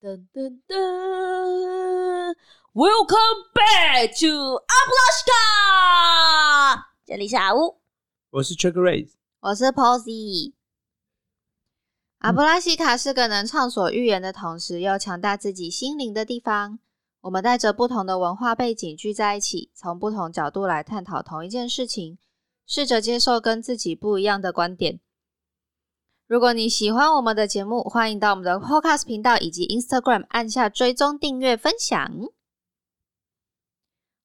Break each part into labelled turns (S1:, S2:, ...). S1: 噔噔噔，Welcome back to Ablashka，这里是阿乌，
S2: 我是 Chuck Ray，
S3: 我是 Posy。阿布拉西卡是个能畅所欲言的同时又强大自己心灵的地方。我们带着不同的文化背景聚在一起，从不同角度来探讨同一件事情，试着接受跟自己不一样的观点。如果你喜欢我们的节目，欢迎到我们的 Podcast 频道以及 Instagram 按下追踪、订阅、分享。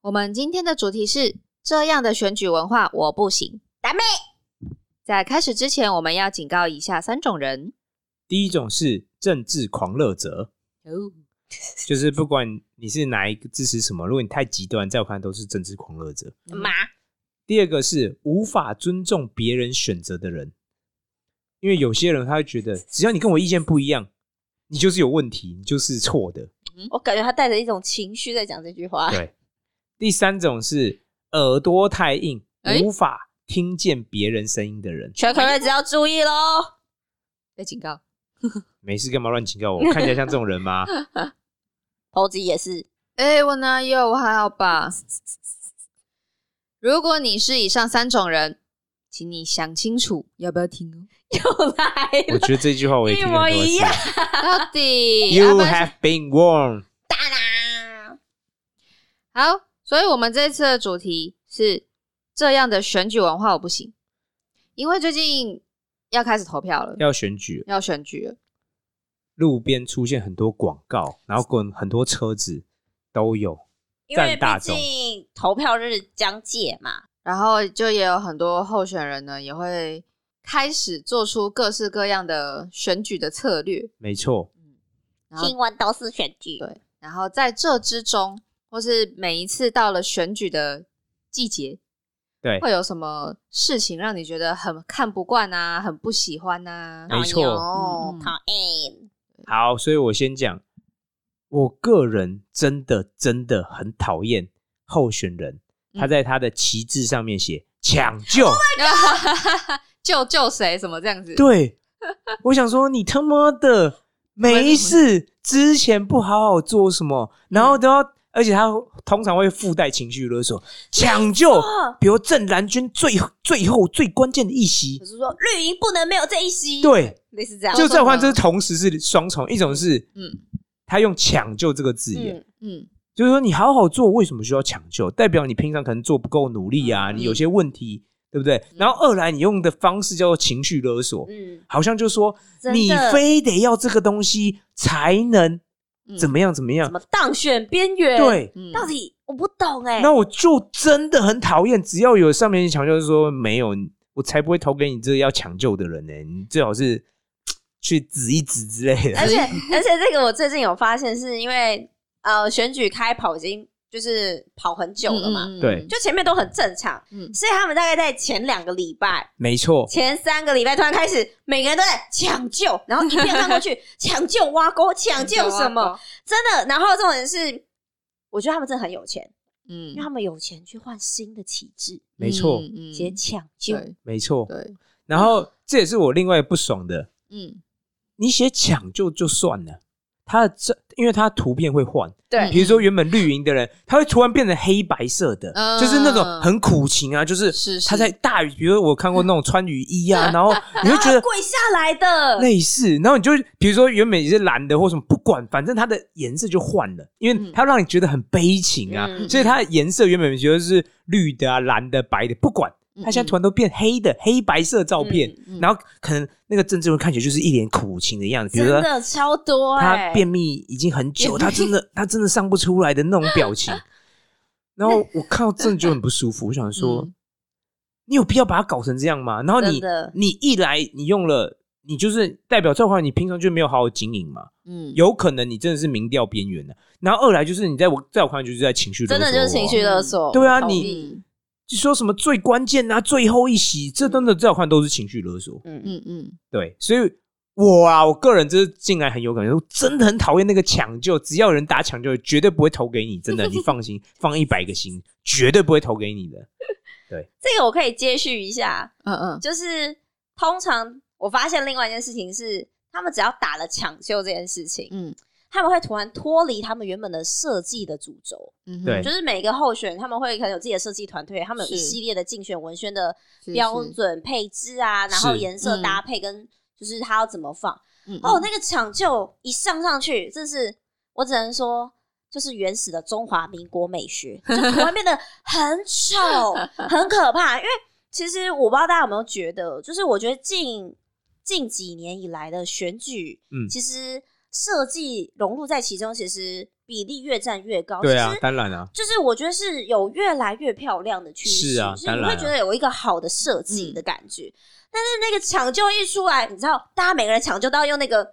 S3: 我们今天的主题是这样的选举文化我不行，
S1: 达妹。
S3: 在开始之前，我们要警告以下三种人：
S2: 第一种是政治狂热者，
S1: 哦，
S2: 就是不管你是哪一个支持什么，如果你太极端，在我看来都是政治狂热者。
S1: 妈，
S2: 第二个是无法尊重别人选择的人，因为有些人他会觉得，只要你跟我意见不一样，你就是有问题，你就是错的。
S1: 我感觉他带着一种情绪在讲这句话。
S2: 对，第三种是耳朵太硬，
S3: 哎
S2: 无法听见别人声音的人。
S1: 全可瑞只要注意喽，
S3: 被警告。
S2: 没事干嘛乱警告我？我看起来像这种 人吗？
S1: 猴子也是，
S3: 哎、我哪有？我还好吧。如果你是以上三种人，请你想清楚要不要听哦。
S1: 又来
S2: 我
S1: 了，
S2: 觉得这句话我也
S1: 一
S2: 听
S1: 模
S2: 很多
S1: 一
S2: 次
S1: 样。
S3: 到 底
S2: You
S3: 阿巴
S2: have been warned。
S1: 大啦，
S3: 好，所以我们这次的主题是这样的选举文化我不行，因为最近要开始投票了，
S2: 要选举了，
S3: 要选举了。
S2: 路边出现很多广告，然后滚很多车子都有。
S1: 因为
S2: 占大
S1: 毕
S2: 众
S1: 竟投票日将届嘛，
S3: 然后就也有很多候选人呢，也会开始做出各式各样的选举的策略。
S2: 没错，
S3: 然后
S1: 新闻都是选举，
S3: 对，然后在这之中，或是每一次到了选举的季节，
S2: 对，
S3: 会有什么事情让你觉得很看不惯啊，很不喜欢啊呐、
S2: 没错
S1: 哦
S3: 嗯，
S1: 讨厌，
S2: 好，所以我先讲，我个人真的真的很讨厌候选人，
S3: 嗯
S2: 他在他的旗帜上面写“抢救”，
S3: 救救谁什么这样子？
S2: 对，我想说你他 妈的没事，之前不好好做什么，然后都要，而且他通常会附带情绪勒索，抢救，比如正蓝军最最后最关键的一席
S1: 我，是说绿营不能没有这一席，，
S2: 对，
S1: 类似这样，
S2: 就
S3: 说
S2: 这款
S3: 呢
S2: 就是同时是双重，一种是
S3: 嗯
S2: 他用“抢救”这个字眼，
S1: 嗯，
S3: 嗯
S2: 就是说你好好做，为什么需要抢救？代表你平常可能做不够努力啊，
S1: 嗯
S2: 你有些问题，对不对？然后二来你用的方式叫做情绪勒索，
S1: 嗯，
S2: 好像就说
S1: 真的
S2: 你非得要这个东西才能
S3: 嗯
S2: 怎么样怎么样
S1: 什，么当选边缘，，
S2: 对。
S3: 嗯
S1: 到底我不懂哎，
S2: 那我就真的很讨厌，只要有上面抢救说没有，我才不会投给你这个要抢救的人呢、欸你最好是去指一指之类的
S1: 而。且而且这个我最近有发现，是因为呃选举开跑已经就是跑很久了嘛，
S3: 嗯嗯嗯
S2: 对
S1: 就前面都很正常，
S3: 嗯
S1: 所以他们大概在前两个礼拜、
S2: 没错，
S1: 前三个礼拜突然开始，每个人都在抢救，然后一票看过去，抢救挖沟，抢救什么，？真的。然后重点是，我觉得他们真的很有钱，
S3: 嗯
S1: 因为他们有钱去换新的旗帜，
S2: 没错，
S3: 嗯
S1: 写抢救，
S3: 对
S2: 没错。
S3: 对，
S2: 然后这也是我另外不爽的，
S3: 嗯
S2: 你写抢救就算了，他的这因为他图片会换，
S3: 嗯
S1: 对
S2: 比如说原本绿营的人，他会突然变成黑白色的，
S3: 嗯
S2: 就是那种很苦情啊，就是
S3: 是是
S2: 他在大雨，比如我看过那种穿雨衣啊，然后你会
S1: 然后
S2: 觉得
S1: 跪下来的，
S2: 类似，然后你就比如说原本也是蓝的或什么，不管，反正它的颜色就换了，因为它让你觉得很悲情啊，
S1: 嗯
S2: 所以它的颜色原本你觉得是绿的啊、蓝的、白的，不管。
S3: 嗯
S2: 它现在突然都变黑的，黑白色照片，
S3: 嗯嗯
S2: 然后可能那个郑志文看起来就是一脸苦情的样子，比如
S1: 真
S2: 说
S1: 的超多哎、
S2: 他便秘已经很久，他真的 他真的上不出来的那种 表情。然后我看到真的就很不舒服，我想说，
S3: 嗯
S2: 你有必要把它搞成这样吗？然后
S1: 真
S2: 你
S1: 的
S2: 你一来你用了，你就是代表这块你平常就没有好好经营嘛，
S3: 嗯
S2: 有可能你真的是民调边缘的。然后二来就是你在我在我看来就是在情绪勒索
S1: 真的就是情
S2: 我啊，
S1: 绪勒索，
S2: 对啊
S1: 同
S2: 你
S1: 意
S3: 嗯
S2: 就说什么最关键啊，最后一席，这真的在我看来都是情绪勒索。
S1: 嗯
S3: 嗯嗯，
S2: 对，所以我啊，我个人就是进来很有可能，我真的很讨厌那个抢救，只要有人打抢救，绝对不会投给你，真的，你放心，放一百个心，绝对不会投给你的。
S1: 这个我可以接续一下，
S3: 嗯嗯，
S1: 就是通常我发现另外一件事情是，他们只要打了抢救这件事情，
S3: 嗯，
S1: 他们会突然脱离他们原本的设计的主轴，
S3: 嗯哼
S2: 对
S1: 就是每个候选他们会可能有自己的设计团队，他们有一
S3: 是
S1: 系列的竞选文宣的
S3: 是
S1: 标
S3: 是
S1: 准配置啊，然后
S2: 是
S1: 颜色
S3: 嗯
S1: 搭配跟就是它要怎么放。
S3: 嗯
S1: 哦，
S3: 嗯
S1: 那个抢救一上上去，真是我只能说，就是原始的中华民国美学，就突然变得很丑、很可怕。因为其实我不知道大家有没有觉得，就是我觉得近近几年以来的选举，
S2: 嗯
S1: 其实设计融入在其中，其实比例越占越高。
S2: 对啊
S1: 哦其，实
S2: 当然啊，
S1: 就是我觉得是有越来越漂亮的趋势，
S2: 是啊
S1: 所以你
S2: 当
S1: 会
S2: 然啊嗯
S1: 觉得有一个好的设计的感觉。但是那个抢救一出来，你知道，大家每个人抢救都要用那个，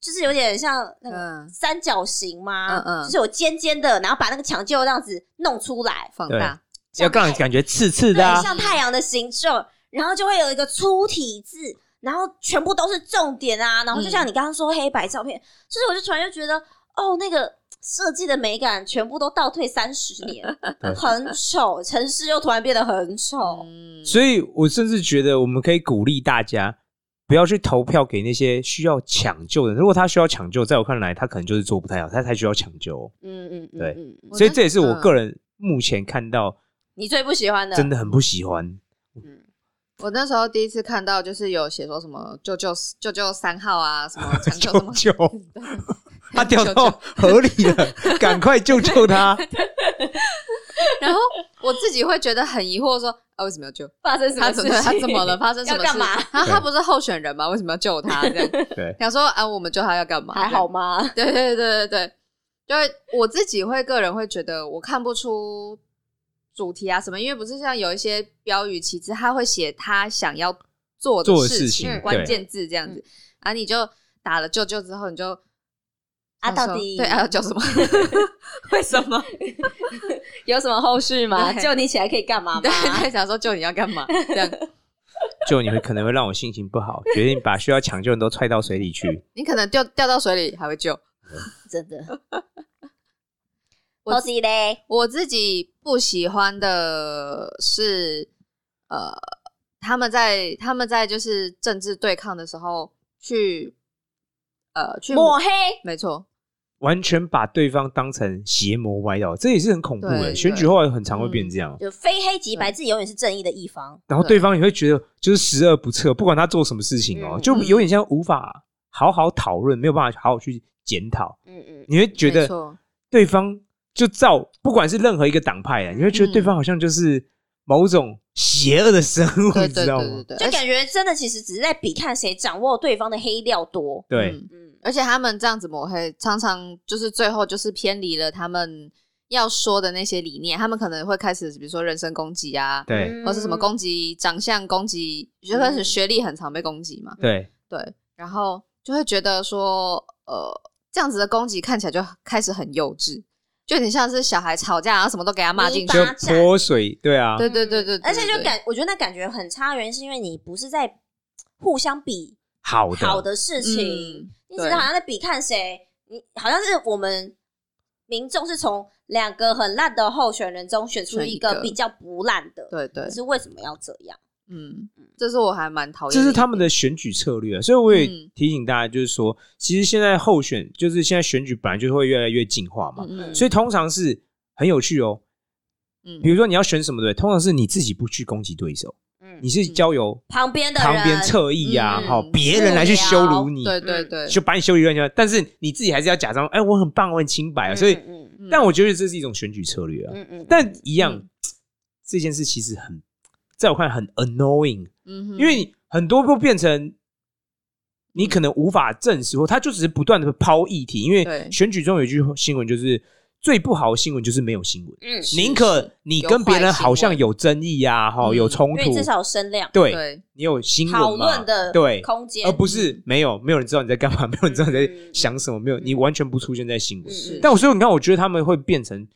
S1: 就是有点像那个
S3: 嗯
S1: 三角形嘛，
S3: 嗯嗯
S1: 就是有尖尖的，然后把那个抢救这样子弄出来，
S3: 放
S2: 对
S3: 大，
S2: 要让你感觉刺
S1: 对
S2: 刺的，啊，
S1: 像太阳的形状，然后就会有一个粗体字，然后全部都是重点啊，然后就
S2: 嗯
S1: 像你刚刚说黑白照片，就是我就突然就觉得，哦，那个设计的美感全部都倒退三十年，
S2: 对
S1: 很丑，城市又突然变得很丑，
S3: 嗯
S2: 所以我甚至觉得我们可以鼓励大家不要去投票给那些需要抢救的人。如果他需要抢救，在我看来，他可能就是做不太好，他才需要抢救哦。
S1: 嗯嗯嗯
S2: 对
S1: 嗯，嗯
S3: 我
S2: 所以
S3: 那
S2: 这也是我
S3: 嗯
S2: 个人目前看到
S1: 你最不喜欢的，
S2: 真的很不喜欢。
S3: 我那时候第一次看到，就是有写说什么“救救救救三号” 啊，什么“抢救什么
S2: 救救，”，他掉
S3: 救
S2: 到河里了，赶快救救他！
S3: 然后我自己会觉得很疑惑，说：“啊，为什么要救？
S1: 发生什
S3: 他
S1: 么
S3: 怎
S1: 事
S3: 么
S1: 情？
S3: 他怎 么了？发生什么
S1: 要干
S3: 事？
S1: 嘛？
S3: 然 后他不是候选人吗？为什么要救他？这 样
S2: 对，
S3: 想说啊，我们救他要干嘛？
S1: 还好吗？
S3: 这样。对对对对对，就是我自己会个人会觉得，我看不出主题啊什么，因为不是像有一些标语旗帜，他会写他想要做
S2: 做的
S3: 事
S2: 事情
S1: 对
S3: 关键字这样
S1: 嗯
S3: 子，啊，你就打了救救之后，你就
S1: 啊，
S3: 想说
S1: 到底
S3: 对啊要救 什么？为什 么？
S1: 有什么后续吗？
S3: 对
S1: 救你起来可以干嘛吗？
S3: 对对，想说救你要干 嘛？这样。
S2: 救你会可能会让我心情不好，决定把需要抢救的人都踹到水里去。
S3: 你可能掉掉到水里还会救。
S1: 真的，
S3: 我
S1: 我自己嘞，
S3: 我自己不喜欢的是，呃，他们在他们在就是政治对抗的时候去，呃，去
S1: 抹黑，
S3: 没错，
S2: 完全把对方当成邪魔歪道，这也是很恐怖
S3: 对
S2: 的。
S3: 对
S2: 选举后来很常会变成这样，
S1: 就非黑即白，自己永远是正义的一方。
S2: 然后对方也会觉得就是十恶不赦，不管他做什么事情哦，
S1: 嗯
S2: 就有点像无法好好讨论，没有办法好好去检讨。
S1: 嗯嗯，
S2: 你会觉
S3: 没
S2: 得
S3: 错
S2: 对方就照，不管是任何一个党派的，啊你会觉得对
S3: 嗯
S2: 方好像就是某种邪恶的生物，
S3: 对
S2: 你
S3: 对
S2: 知道
S3: 对对
S2: 吗？
S3: 对，
S1: 就
S3: 而且
S1: 感觉真的其实只是在比看谁掌握对方的黑料多。
S2: 对，
S3: 嗯
S1: 嗯，
S3: 而且他们这样子抹黑，常常就是最后就是偏离了他们要说的那些理念，他们可能会开始比如说人身攻击啊，
S2: 对，嗯
S3: 或是什么攻击长相攻击，就开始学历很常被攻击嘛。
S2: 对，
S3: 对，然后就会觉得说，呃，这样子的攻击看起来就开始很幼稚，就有点像是小孩吵架，然啊后什么都给他骂进
S1: 你
S3: 去
S1: 把。
S2: 就
S1: 发展
S2: 泼水，对啊，
S3: 对对对对，对
S1: 而且就
S3: 对
S1: 感，我觉得那感觉很差，原因是因为你不是在互相比
S2: 好的，
S1: 好的事情，
S3: 嗯，
S1: 你只是好像在比看谁，你好像是我们民众是从两个很烂的候选人中选出
S3: 选
S1: 一
S3: 一个
S1: 个比较不烂的，
S3: 对对
S1: 可，是为什么要这样？
S3: 嗯，这是我还蛮讨厌的
S2: 这
S3: 一点，
S2: 是他们的选举策略啊，所以我也
S3: 嗯
S2: 提醒大家，就是说，其实现在候选，就是现在选举本来就会越来越进化嘛，
S3: 嗯，嗯
S2: 所以通常是很有趣哦。
S3: 嗯
S2: 比如说你要选什么对，通常是你自己不去攻击对手，
S1: 嗯
S2: 你，是交由
S1: 旁边的人
S2: 旁边侧翼啊，
S3: 嗯
S2: 好别人来去羞辱你，
S3: 对啊对对，
S2: 就把你羞辱乱七八糟但是你自己还是要假装，哎，我很棒，我很清白啊。所以，
S1: 嗯
S3: 嗯
S2: 但我觉得这是一种选举策略啊。
S1: 嗯嗯，
S2: 但一样
S3: 嗯，
S2: 这件事其实很，在我看来很 annoying。
S3: 嗯哼，
S2: 因为你很多都变成你可能无法证实，或他就只是不断的抛议题。因为
S3: 对
S2: 选举中有一句新闻就是最不好的新闻就是没有新闻，
S1: 嗯，
S2: 宁可你跟别人好像有争议啊，哈，
S3: 嗯
S2: 有冲
S1: 因
S2: 突
S1: 为，至少声量
S2: 对
S3: 对，
S2: 你有新
S1: 讨
S2: 闻嘛
S1: 论，的
S2: 对
S1: 空间，
S2: 而不是没有没有人知道你在干嘛，没有人知道你在
S1: 嗯
S2: 想什么，没有你完全不出现在新闻。
S3: 是
S2: 但我所以你看，我觉得他们会变成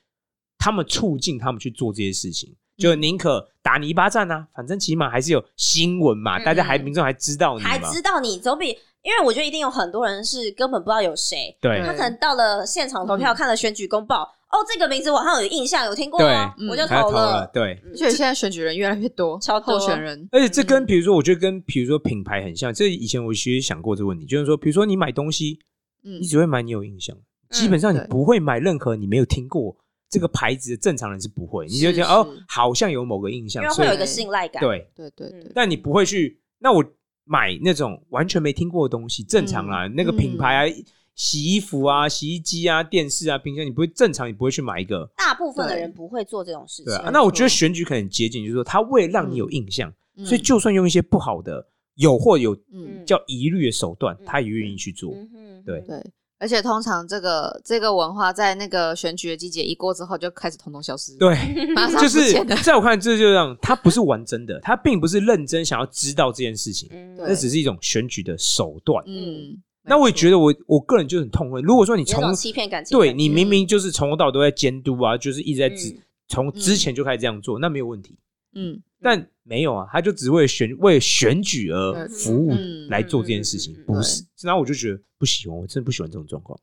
S2: 他们促进他们去做这些事
S1: 嗯
S2: 情，就宁可打你一巴掌啊，反正起码还是有新闻嘛，
S1: 嗯
S2: 大家还
S3: 嗯
S2: 民众还知道你
S1: 还
S2: 嘛，
S1: 知道你总比，因为我觉得一定有很多人是根本不知道有谁，
S2: 对
S1: 他
S3: 嗯
S1: 可能到了现场投票，看了选举公报，哦，这个名字我好像有印象，有听过哦，
S3: 对
S1: 我就
S2: 还要
S1: 投
S2: 投了
S1: 了。
S2: 啊对。
S1: 嗯
S3: 而且现在选举人越来越多，
S1: 超多
S3: 候选人，
S2: 而且这
S1: 嗯
S2: 跟比如说，我觉得跟比如说品牌很像。这以前我其实想过这个问题，就是说，比如说你买东西，
S3: 嗯
S2: 你只会买你有印象，
S1: 嗯
S2: 基本上你
S3: 对
S2: 不会买任何你没有听过这个牌子的，正常人是不会，你就是觉得哦
S3: 是，
S2: 好像有某个印
S1: 因
S2: 象
S1: 为，
S2: 所
S1: 会
S2: 以
S1: 有一个信赖感。
S2: 对，
S3: 对对
S1: 嗯
S3: 对，
S2: 但你不会去。那我买那种完全没听过的东西，正常啦，那个品牌啊，洗衣服啊、洗衣机啊、电视啊、冰箱，你不会正常，你不会去买一个。
S1: 大部分的
S3: 对
S1: 人不会做这种事
S2: 对
S1: 情。嗯
S2: 啊，
S3: 没
S2: 那我
S3: 错
S2: 觉得选举可能很接近，就是说它为了让你有印象，
S3: 嗯
S2: 所以就算用一些不好的、有或有
S3: 嗯
S1: 嗯
S2: 叫疑虑的手段，
S1: 嗯
S2: 他也愿意去做。
S1: 嗯哼
S2: 对
S1: 嗯
S3: 对，而且通常这个这个文化在那个选举的季节一过之后就开始统统消失，，
S2: 对，
S3: 马上
S2: 就
S3: 不
S2: 是
S3: 见了。
S2: 在我看来，这就让他不是玩真的，他并不是认真想要知道这件事情，
S1: 嗯
S3: 对
S2: 那只是一种选举的手段。
S3: 嗯，
S2: 那我也觉
S3: 得
S2: 得我，我个人就很痛恨。如果说你
S1: 有一
S2: 从
S1: 种欺骗感情的
S2: 对
S1: 感觉。
S2: 你明明就是从头到尾都在监督啊，就是一直在之
S1: 嗯
S2: 从之前就开始这样做，那没有问题。
S3: 嗯
S2: 但没有啊，他就只为了选为了选举而
S3: 嗯
S2: 服务
S3: 嗯
S2: 来做这件事情
S1: 嗯嗯嗯，
S2: 不是？然后我就觉得不喜欢，我真的不喜欢这种状况。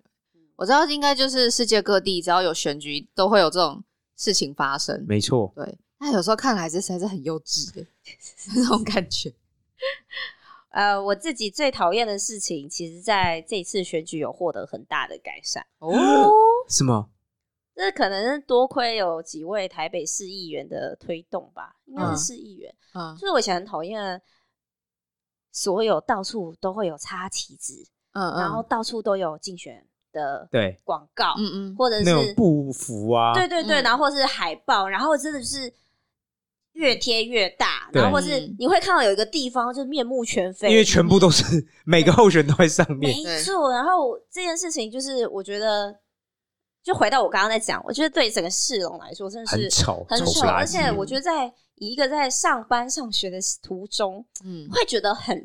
S3: 我知道应该就是世界各地只要有选举都会有这种事情发生，
S2: 没错，
S3: 对，那有时候看孩子实在是很幼 稚的那种感觉。
S1: 呃，我自己最讨厌的事情，其实在这一次选举有获得很大的改善。
S3: 哦，
S2: 是吗？
S1: 这可能是多亏有几位台北市议员的推动吧，应该
S3: 嗯
S1: 是市议员。
S3: 嗯
S1: 就是我以前很讨厌所有到处都会有插旗子，
S3: 嗯嗯，
S1: 然后到处都有竞选的
S2: 对，
S1: 广告，
S3: 嗯嗯，
S1: 或者
S2: 那种
S1: 是
S2: 不服啊，
S1: 对对对，
S3: 嗯
S1: 然后或是海报，然后真的是越贴越大，
S2: 对
S1: 然后或是
S3: 嗯
S1: 你会看到有一个地方就面目全非，
S2: 因为全部都是 每个候选都在上面，
S1: 没错。然后这件事情就是我觉得，就回到我刚刚在讲，我觉得对整个市容来说真的
S2: 很
S1: 是
S2: 吵，
S1: 很
S2: 丑
S1: 丑，
S2: 不拉
S1: 而
S2: 几
S1: 且我觉得在以一个在上班上学的途中，
S3: 嗯
S1: 会觉得很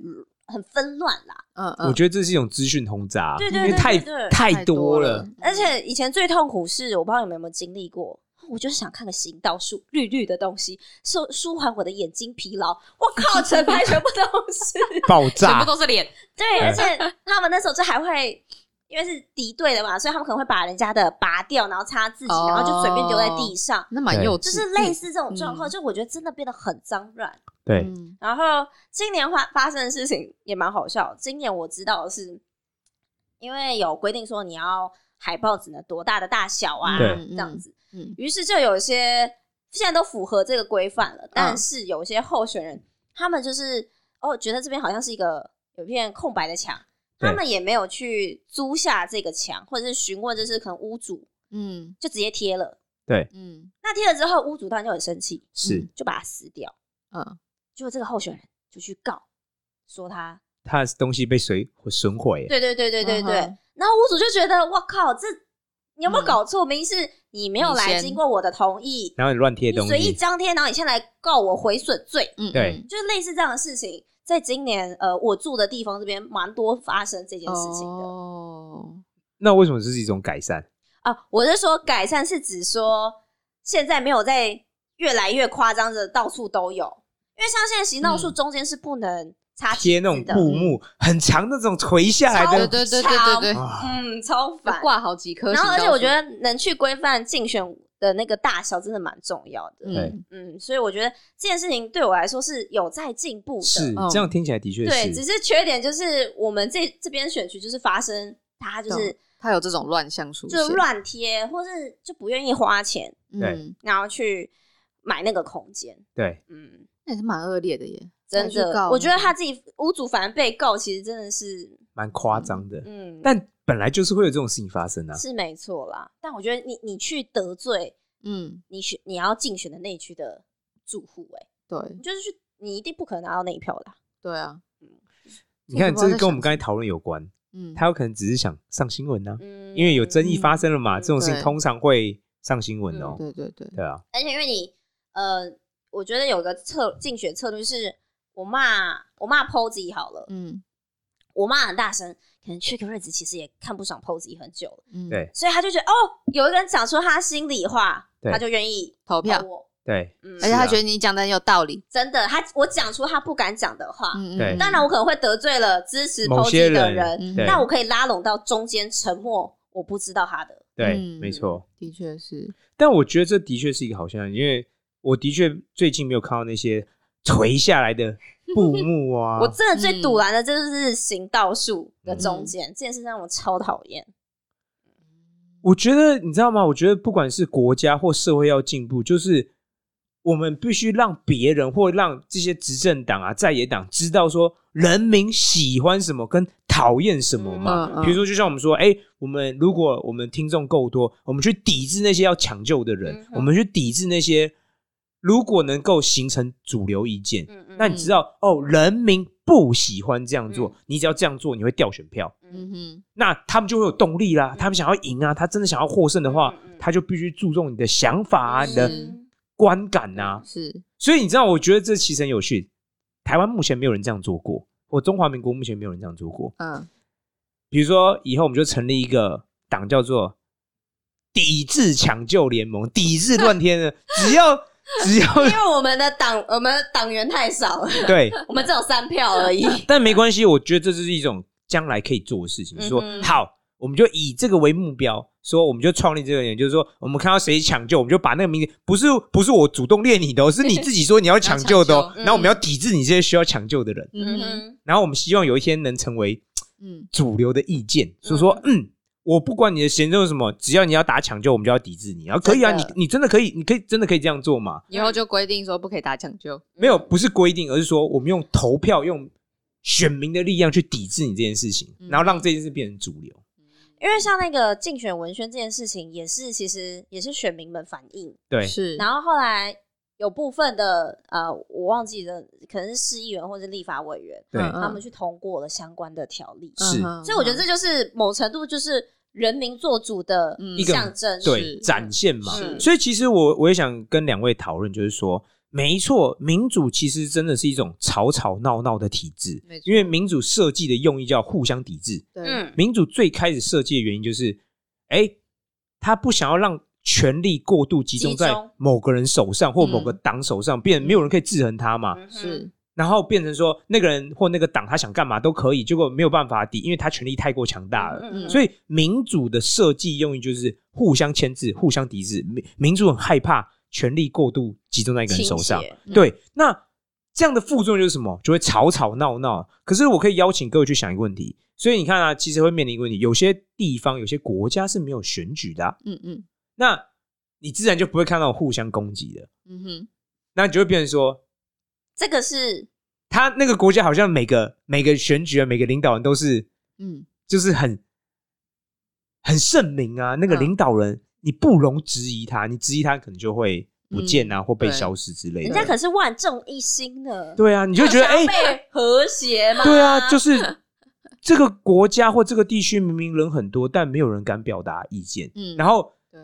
S1: 很纷乱啦。
S3: 嗯嗯，
S2: 我觉得这是一种资讯轰炸，啊
S1: 对对
S2: 因为
S1: 对
S2: 太
S1: 对对
S2: 太多了，，
S1: 而且以前最痛苦是，我不知道你们有没有经历过，我就是想看个行道树，绿绿的东西，舒舒缓我的眼睛疲劳。我 靠，成排全部都是。
S2: 爆
S3: 全
S2: 炸
S3: 部，都是脸，
S1: 对，而且他们那时候就还会，因为是敌对的嘛，所以他们可能会把人家的拔掉，然后插自己，
S3: 哦
S1: 然后就随便丢在地上，
S3: 那蛮幼稚，
S1: 就是嗯类似这种状况。就我觉得真的变得很脏乱。
S2: 对，
S3: 嗯
S1: 然后今年发发生的事情也蛮好笑的。今年我知道的是，因为有规定说你要海报只能多大的大小啊，
S2: 对
S1: 这样子。
S3: 嗯
S1: 于是就有一些现在都符合这个规范了，
S2: 嗯
S1: 但是有一些候选人，他们就是哦，觉得这边好像是一个有一片空白的墙，
S2: 对
S1: 他们也没有去租下这个墙，或者是询问，就是可能屋主
S3: 嗯
S1: 就直接贴了。
S3: 嗯
S1: 那贴了之后，屋主当然就很生气，
S2: 是
S3: 嗯
S1: 就把它撕掉。
S3: 嗯，
S1: 结果这个候选人就去告，说他
S2: 他的东西被水损毁，
S1: 对对对对对对。
S3: 嗯
S1: 然后屋主就觉得，我靠，这你有没有搞错？明明是你没有
S3: 你
S1: 来
S3: 先
S1: 经过我的同意，
S2: 然后你乱贴
S1: 你
S2: 东
S1: 随意
S2: 西，
S1: 张贴，然后你先来告我毁损罪，
S3: 嗯
S2: 对，
S1: 就是类似这样的事情，在今年呃我住的地方这边蛮多发生这件事情的。
S3: 哦，
S2: 那为什么这是一种改善？
S1: 啊，我是说改善是指说现在没有在越来越夸张的到处都有，因为像现在行道树
S3: 嗯
S1: 中间是不能插
S2: 贴
S1: 旗
S2: 那种
S1: 子的，嗯
S2: 布幕，很长那种垂下来
S3: 对
S2: 的，
S3: 对对对对对，
S2: 啊，
S1: 嗯，超烦。
S3: 挂好几颗，
S1: 然后而且我觉，得能去规范竞选的那个大小真的蛮重要的，嗯
S3: 嗯
S1: 所以我觉得这件事情对我来说是有在进步的，
S2: 是
S3: 嗯
S2: 这样听起来的确
S1: 对，只
S2: 是，
S1: 是缺点就是我们这这边选区就是发生它就是
S3: 懂他有这种乱象出现，
S1: 就乱贴，或是就不愿意花钱，
S3: 嗯，
S1: 然后去买那个空间，
S2: 对，
S1: 嗯，
S3: 那也是蛮恶劣的耶，
S1: 真
S3: 才去告
S1: 的，我觉得他自己屋主反而被告，其实真的是，
S2: 蛮夸张的。
S1: 嗯，
S2: 但本来就是会有这种事情发生啊，
S1: 是没错啦。但我觉得你你去得罪
S3: 嗯，
S1: 你选你要竞选的那一区的住户、欸，
S3: 对
S1: 你就是去你一定不可能拿到那一票的啊、
S3: 对啊，
S2: 你看，这
S3: 这个不知道
S2: 是
S3: 在
S2: 跟我
S3: 想
S2: 们刚才讨论有关，
S3: 嗯，
S2: 他有可能只是想上新闻呢，
S1: 嗯，
S2: 因为有争议发生了嘛，
S1: 嗯
S2: 这种事情
S3: 对
S2: 通常会上新闻哦。
S3: 对对对，
S2: 对啊，
S1: 而且因为你呃，我觉得有个策竞选策略是，我骂我骂 Posy 好了，
S3: 嗯
S1: 我骂很大声，可能 Trick r i 其实也看不爽 Posy 很久了，
S3: 嗯，
S2: 对
S1: 所以他就觉得哦，有一个人讲出他心里话，
S2: 对
S1: 他就愿意
S3: 投票
S1: 投，我，
S2: 对，
S1: 嗯
S3: 而且他觉得你讲的很有道理，
S1: 真的，他我讲出他不敢讲的话。
S3: 嗯，
S2: 对
S1: 当然，我可能会得罪了支持
S2: 某些
S1: Posy 的
S2: 人
S1: 人，
S3: 嗯
S2: 对
S1: 那我可以拉拢到中间沉默，我不知道他的。
S2: 对，
S3: 嗯
S2: 没错。
S3: 的确是，
S2: 但我觉得这的确是一个好现象，因为我的确最近没有看到那些垂下来 的布幕啊
S1: 我。真的最
S3: 嗯
S1: 堵拦的，这就是行道树的中间、这件事让我超讨厌。
S2: 我觉得你知道吗？我觉得不管是国家或社会要进步，就是我们必须让别人或让这些执政党啊、在野党知道说人民喜欢什么跟讨厌什么嘛。
S3: 嗯嗯
S2: 比如说，就像我们说，哎、我们如果我们听众够多，我们去抵制那些要抢救的人，
S1: 嗯哼
S2: 我们去抵制那些如果能够形成主流意见，
S1: 嗯嗯
S2: 那你知道哦，人民不喜欢这样做，
S1: 嗯
S2: 你只要这样做，你会掉选票。
S3: 嗯哼，
S2: 那他们就会有动力啦
S1: 嗯。
S2: 他们想要赢啊，他真的想要获胜的话
S1: 嗯嗯，嗯
S2: 他就必须注重你的想法啊，你的
S3: 是
S2: 观感啊。
S3: 是
S2: 所以你知道，我觉得这其实很有趣。台湾目前没有人这样做过，或中华民国目前没有人这样做过。
S3: 嗯
S2: 比如说，以后我们就成立一个党，叫做抵制抢救联盟，抵制乱 天的，只要只要
S1: 因为我们的党，我们党员太少了，
S2: 对，
S1: 我们只有三票而已。
S2: 但没关系，我觉得这是一种将来可以做的事情。
S1: 嗯哼
S2: 说好，我们就以这个为目标，说我们就创立这个人，就是说我们看到谁抢救，我们就把那个名字，不是不是我主动列你的、哦，是你自己说你要抢救 的、
S3: 要
S2: 哦
S3: 抢，
S1: 救嗯
S2: 然后我们要抵制你这些需要抢救的人，
S3: 嗯哼
S2: 然后我们希望有一天能成为
S3: 嗯
S2: 主流的意见，所以说嗯。我不管你的闲政是什么，只要你要打抢救，我们就要抵制你。然后可以啊，
S3: 真
S2: 你
S3: 的嗯
S2: 你真的可以，你可以真的可以这样做吗？
S3: 以后就规定说不可以打抢救，
S2: 没有，不是规定，而是说我们用投票、用选民的力量去抵制你这件事情，
S3: 嗯
S2: 然后让这件事变成主流。
S1: 因为像那个竞选文宣这件事情，也是其实也是选民们反映，
S2: 对，
S3: 是
S1: 然后后来有部分的呃，我忘记了，可能是市议员或者立法委员，
S2: 对，
S3: 嗯
S1: 他们去通过了相关的条例，
S2: 是
S1: 所以我觉得这就是某程度就是人民做主的
S3: 嗯
S2: 一个
S1: 象征，
S2: 对
S3: 是
S2: 展现嘛。
S1: 是
S2: 所以其实我我也想跟两位讨论，就是说，没错，民主其实真的是一种吵吵闹闹的体制
S3: 没，错
S2: 因为民主设计的用意叫互相抵制。
S3: 对
S1: 嗯
S2: 民主最开始设计的原因就是，哎，他不想要让权力过度集中
S1: 集
S2: 在
S1: 中
S2: 某个人手上或某个
S3: 嗯
S2: 党手上，变成没有人可以制衡他嘛。
S1: 嗯哼
S3: 是
S2: 然后变成说那个人或那个党他想干嘛都可以，结果没有办法抵，因为他权力太过强大了。
S1: 嗯嗯
S2: 所以民主的设计用意就是互相牵制、互相抵制。民民主很害怕权力过度集中在一个人手上
S1: 倾，斜
S3: 嗯
S2: 对。那这样的副作用就是什么？就会吵吵闹闹。可是我可以邀请各位去想一个问题，所以你看啊，其实会面临一个问题，有些地方、有些国家是没有选举的啊、
S3: 嗯嗯
S2: 那你自然就不会看到互相攻击的，
S3: 嗯哼
S2: 那你就会变成说，
S1: 这个是
S2: 他那个国家好像每个每个选举啊，每个领导人都是
S3: 嗯
S2: 就是很很圣明啊。那个
S3: 嗯
S2: 领导人、你不容质疑他，你质疑他可能就会不见啊，或被
S3: 嗯对
S2: 消失之类
S1: 人
S2: 的。
S1: 家可是万众一心的，
S2: 对啊，你
S1: 你
S2: 就觉得哎、
S1: 被和谐嘛，
S2: 对啊，就是这个国家或这个地区明明人很多，但没有人敢表达意见，
S3: 嗯，
S2: 然后
S3: 对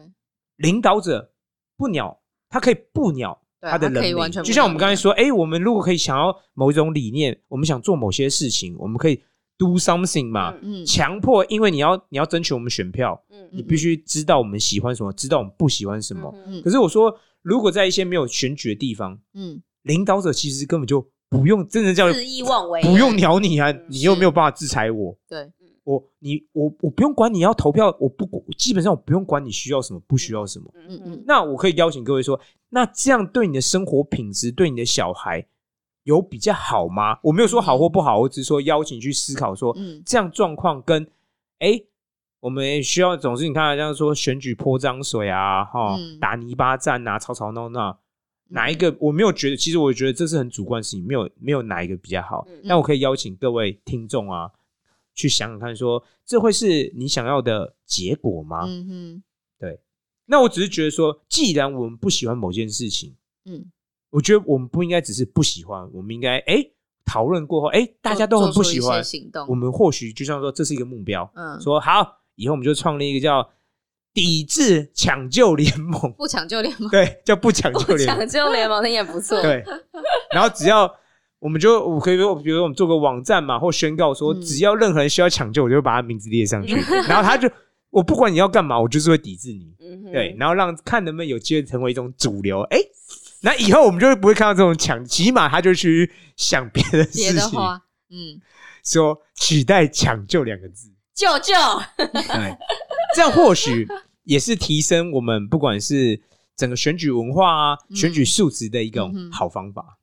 S2: 领导者不鸟，他可以不鸟
S3: 对啊
S2: 他的
S3: 他
S2: 人
S3: 可以
S2: 民，
S3: 完全不啊
S2: 就像我们
S3: 鸟
S2: 刚才
S3: 你
S2: 说，哎、我们如果可以想要某一种理念，我们想做某些事情，我们可以 do something 嘛，
S1: 嗯
S3: 嗯
S2: 强迫，因为你要你要争取我们选票，
S1: 嗯
S2: 你必须知道我们喜欢什么，知道我们不喜欢什么。
S1: 嗯
S2: 可是我说，如果在一些没有选举的地方，
S3: 嗯
S2: 领导者其实根本就不用真的叫
S1: 肆嗯意妄为，
S2: 不用鸟你啊
S1: 嗯，
S2: 你又
S3: 是
S2: 没有办法制裁我。
S3: 对
S2: 我你我我不用管你要投票，我不我基本上我不用管你需要什么不需要什么。
S1: 嗯
S3: 嗯
S1: 嗯
S2: 那我可以邀请各位说，那这样对你的生活品质，对你的小孩有比较好吗？我没有说好或不好，我只是说邀请去思考说，
S3: 嗯
S2: 这样状况跟哎、诶我们需要总是你看好像说选举泼脏水啊，哈、
S3: 嗯
S2: 打泥巴战啊，吵吵闹闹，哪一个我没有觉得，其实我觉得这是很主观的事情，没有没有哪一个比较好。
S1: 嗯
S2: 但我可以邀请各位听众啊，去想想看说这会是你想要的结果吗？
S3: 嗯哼
S2: 那我只是觉得说，既然我们不喜欢某件事情，
S3: 嗯
S2: 我觉得我们不应该只是不喜欢，我们应该哎讨论过后，哎、大家都很不喜欢，
S3: 行
S2: 我
S3: 动
S2: 们或许就像说这是一个目标，
S3: 嗯
S2: 说好以后我们就创立一个叫抵制抢救联盟，
S3: 不抢救联盟
S2: 对，叫不抢救
S1: 不
S2: 联
S1: 抢
S2: 盟，
S1: 救嗯联盟的也不错，
S2: 对，然后只要。我们就我可以说，比如说我们做个网站嘛，或宣告说，
S3: 嗯
S2: 只要任何人需要抢救，我就把他名字列上 去，然后他就我不管你要干嘛，我就是会抵制你。
S1: 嗯哼
S2: 对，，然后让看能不能有机会成为一种主流。哎、那以后我们就会不会看到这种抢，起码他就去想别的
S3: 别
S2: 事
S3: 的
S2: 情，
S3: 话嗯
S2: 说取代“抢救”两个 字。
S1: 救救，
S2: 对，这样或许也是提升我们不管是整个选举文化啊、
S3: 嗯
S2: 选举素质的一
S3: 嗯
S2: 种
S3: 哼
S2: 好方法。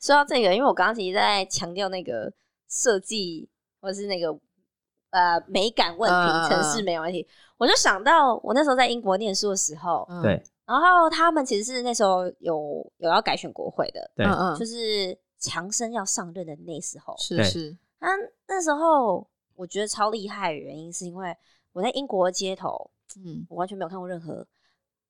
S1: 说到这个，因为我刚刚其实在强调那个设计或是那个呃美感问
S3: 嗯嗯嗯
S1: 题、城市美问题，我就想到我那时候在英国念书的时候，
S3: 嗯
S2: 对，
S1: 然后他们其实是那时候有有要改选国会的，
S2: 对
S3: 嗯嗯，
S1: 就是强生要上任的那时候，
S3: 是
S2: 对
S3: 是，
S1: 那那时候我觉得超厉害的原因是因为我在英国的街头，
S3: 嗯
S1: 我完全没有看过任何。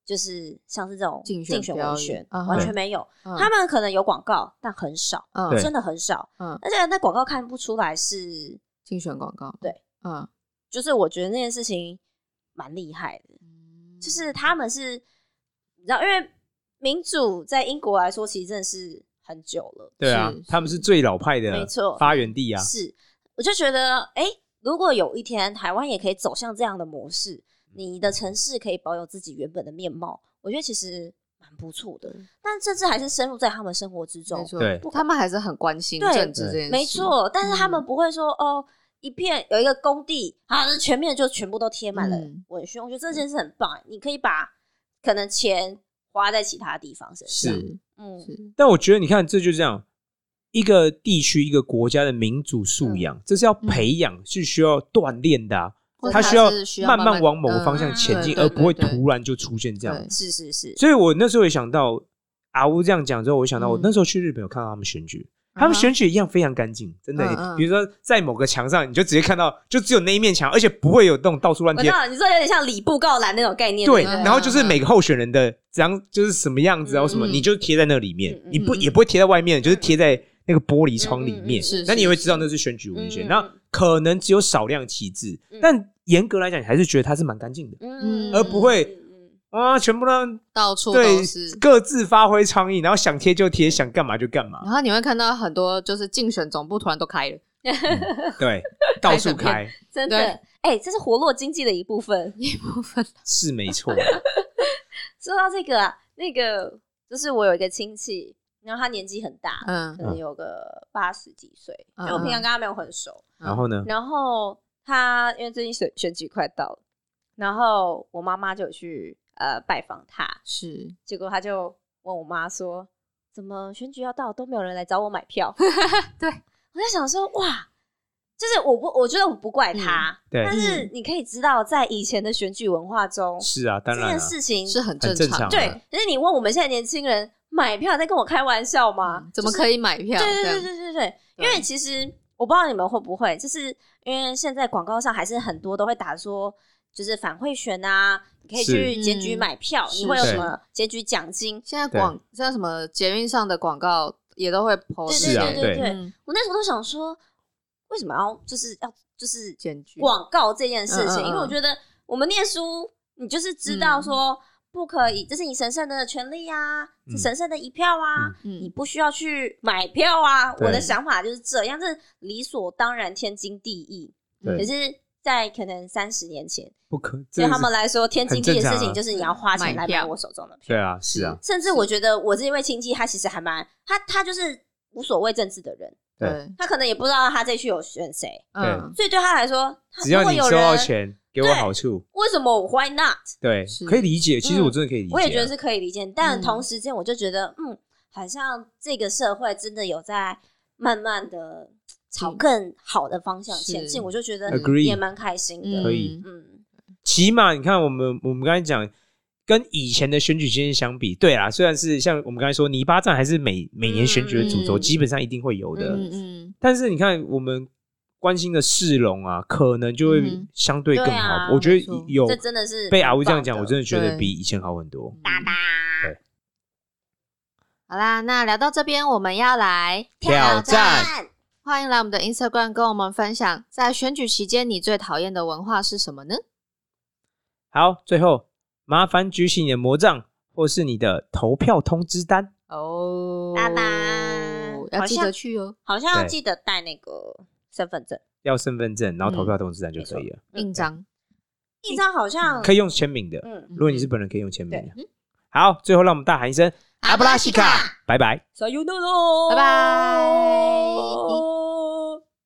S1: 就是像是这种
S3: 竞
S1: 竞
S3: 选
S1: 选
S3: 表
S1: 文
S3: 演
S1: 选，
S3: 嗯哼
S1: 完全没有。
S3: 嗯
S1: 他们可能有广告，但很少，
S3: 嗯
S2: 对
S1: 真的很少。
S3: 嗯
S1: 而且那广告看不出来是，
S3: 竞选广告，
S1: 对，
S3: 嗯，
S1: 就是我觉得那件事情蛮厉害的，
S3: 嗯
S1: 就是他们是，你知道，因为民主在英国来说，其实真的是很久了，
S2: 对啊
S3: 是，
S2: 他们是最老派的，
S1: 没错
S2: 发源地啊，
S1: 是，我就觉得，哎、如果有一天台湾也可以走向这样的模式，你的城市可以保有自己原本的面貌，我觉得其实蛮不错的。但政治还是深入在他们生活之
S3: 没
S1: 中，
S3: 错，
S2: 对
S3: 他们还是很关心
S1: 对
S3: 政治这件事，
S1: 没，错。但是他们
S3: 嗯
S1: 不会说，哦，一片有一个工地，好，那全面就全部都贴满了
S3: 嗯
S1: 文宣。我觉得这件事很棒，你可以把可能钱花在其他地方身上。
S3: 是啊
S1: 嗯，
S3: 是，
S2: 但我觉得你看，这就这样，一个地区、一个国家的民主素养，
S3: 嗯
S2: 这是要培养，是需要锻炼的、啊。
S3: 或者
S2: 它
S3: 它
S2: 需要
S3: 是需要
S2: 慢
S3: 慢慢
S2: 慢往某个方向
S1: 嗯
S2: 前进，
S1: 对
S2: 而
S1: 对
S2: 不会
S3: 对对
S2: 突然就出现这样
S3: 对。
S1: 是是是，
S2: 所以我那时候也想到阿乌这样讲之后，我想到我
S3: 嗯
S2: 那时候去日本有看到他们选举，他们
S3: 嗯哼
S2: 选举一样非常干净，真
S3: 嗯
S2: 的。
S3: 嗯
S2: 比如说在某个墙上，你就直接看到，就只有那一面墙，而且不会有那种到处乱
S1: 我
S2: 贴
S1: 知。道你说有点像礼部告栏那种概念，
S2: 对，
S1: 不
S3: 对
S2: 然后就是
S3: 嗯
S2: 每个候选人的怎样，就是什么样子啊，
S1: 嗯
S2: 什么，
S3: 嗯
S2: 你就贴在那里面
S1: 嗯，嗯
S2: 你不
S3: 嗯
S2: 也不会贴在外面，就是贴在那个玻璃窗里面
S1: 嗯嗯嗯
S3: 是。
S2: 那你
S3: 是
S2: 会知道那是选举文
S1: 嗯嗯
S2: 宣，那可能只有少量旗帜
S1: 嗯，
S2: 但严格来讲，你还是觉得它是蛮干净的
S1: 嗯
S3: 而
S2: 不会
S1: 嗯嗯嗯
S2: 啊，全部让
S3: 到处
S2: 对
S3: 都是。
S2: 各自发挥创意，然后想贴就
S1: 嗯
S2: 贴，想干嘛就干 嘛，
S3: 然后你会看到很多就是竞选总部突然都开了，
S2: 嗯对，到
S3: 整
S2: 处
S3: 片
S2: 开
S1: 真的
S3: 对，
S1: 哎、这是活络经济的一部分。
S2: 是没错，
S1: 嗯说到这个、啊，那个就是我有一个亲戚，然后他年纪很大，
S3: 嗯
S1: 可能有个八十几岁，
S3: 嗯
S1: 因为我平常跟他没有很熟。
S2: 然后呢，
S1: 然后他因为最近选选举快到了，然后我妈妈就有去呃拜访他，
S3: 是
S1: 结果他就问我妈说：“怎么选举要到都没有人来找我买票？”
S3: 对，
S1: 我在想说，哇，就是我不，我觉得我不
S3: 嗯
S1: 怪他，
S2: 对
S1: 但是你可以知道，在以前的选举文化中，
S2: 是啊，当
S1: 这
S2: 然
S1: 件
S2: 啊，
S1: 事情
S3: 是啊很
S2: 很
S3: 正嗯
S2: 正常啊
S1: 对。可是你问我们现在年轻人买票，在跟我开玩笑吗？
S3: 嗯怎么可以买票？
S1: 啊对
S3: 这
S1: 对
S3: 样
S1: 对对对对，因为其实我不知道你们会不会，就是因为现在广告上还是很多都会打说，就是反贿选啊，你可以
S2: 是
S1: 去检举
S3: 嗯
S1: 买票，
S3: 是
S1: 你会有
S2: 是
S1: 什么检举奖金？
S3: 现在广现在什么捷运上的广告也都会 po
S1: 对
S2: 是啊
S1: 对对对
S2: 对
S1: 对，
S3: 嗯
S1: 我那时候都想说，为什么要就是要就是
S3: 检举
S1: 广告这件事情？
S3: 嗯嗯嗯
S1: 因为我觉得我们念书，你就是知道说不可以，这是你神圣的权利啊，
S2: 嗯
S1: 神圣的一票啊，你
S3: 嗯
S1: 不需要去买票啊。
S2: 对
S1: 我的想法就是这样，这是理所当然、天经地义。
S2: 对
S1: 可是，在可能三十年前，
S2: 不可，
S1: 对
S2: 这
S1: 他
S2: 是
S1: 们来说，天经地义的
S2: 很正常啊
S1: 事情就是你要花钱
S3: 买
S1: 来
S3: 票
S1: 买我手中的票
S2: 对。啊，是啊，
S1: 甚至我觉得我这位亲戚，他其实还蛮他他就是无所谓政治的人。
S2: 对
S3: 对
S1: 他可能也不知道他这区有选谁，
S3: 嗯
S1: 所以对他来说，他
S2: 只要
S1: 如果
S2: 你
S1: 有
S2: 收到
S1: 人，
S2: 钱，给我
S1: 对
S2: 好处，
S1: 为什么我 why not？
S2: 对
S3: 是，
S2: 可以理解。其实我
S1: 嗯
S2: 真的可以理解啊，
S1: 我也觉得是可以理解，但
S3: 嗯
S1: 同时间我就觉得，嗯，好像这个社会真的有在慢慢的朝更好的方向前进，
S3: 是
S1: 我就觉得
S2: Agree
S1: 也蛮开心的。
S2: 可以
S1: 嗯，
S2: 起码你看我们我们刚才讲，跟以前的选举经验相比，对啊，虽然是像我们刚才说泥巴战还是每每年选举的主轴，
S3: 嗯
S2: 基本上一定会有的，
S3: 嗯嗯
S2: 但是你看我们。关心的市容啊，可能就会
S3: 嗯
S2: 相对更
S1: 对
S2: 好。
S1: 啊
S2: 我觉
S3: 没错
S2: 得有
S1: 这真的是
S2: 被阿乌这样
S1: 很棒
S2: 讲，
S1: 的嗯
S2: 我真的觉得
S3: 对
S2: 比以前好很多。
S1: 哒哒。
S3: 嗯好啦，那聊到这边，我们要来
S2: 挑战
S3: 欢迎来我们的 Instagram 跟我们分享，在选举期间你最讨厌的文化是什么呢？
S2: 好，最后麻烦举起你的魔杖或是你的投票通知单。
S3: 哦，
S1: 拜拜
S3: 要
S1: 嗯
S3: 记
S1: 好
S3: 得
S1: 像
S3: 去哦，
S1: 好像要
S2: 对
S1: 记得带那个身份证，
S2: 要身份证，然后投
S3: 嗯
S2: 票通知单就可以了，
S1: 嗯
S3: 印章。
S1: 一张好像
S2: 可以用签名的。
S1: 嗯，
S2: 如果你是本人，可以用签名的
S3: 对。
S2: 好，最后让我们大喊一声
S3: 阿布拉西卡，
S2: 拜拜。
S1: 撒尤诺诺，
S3: 拜拜。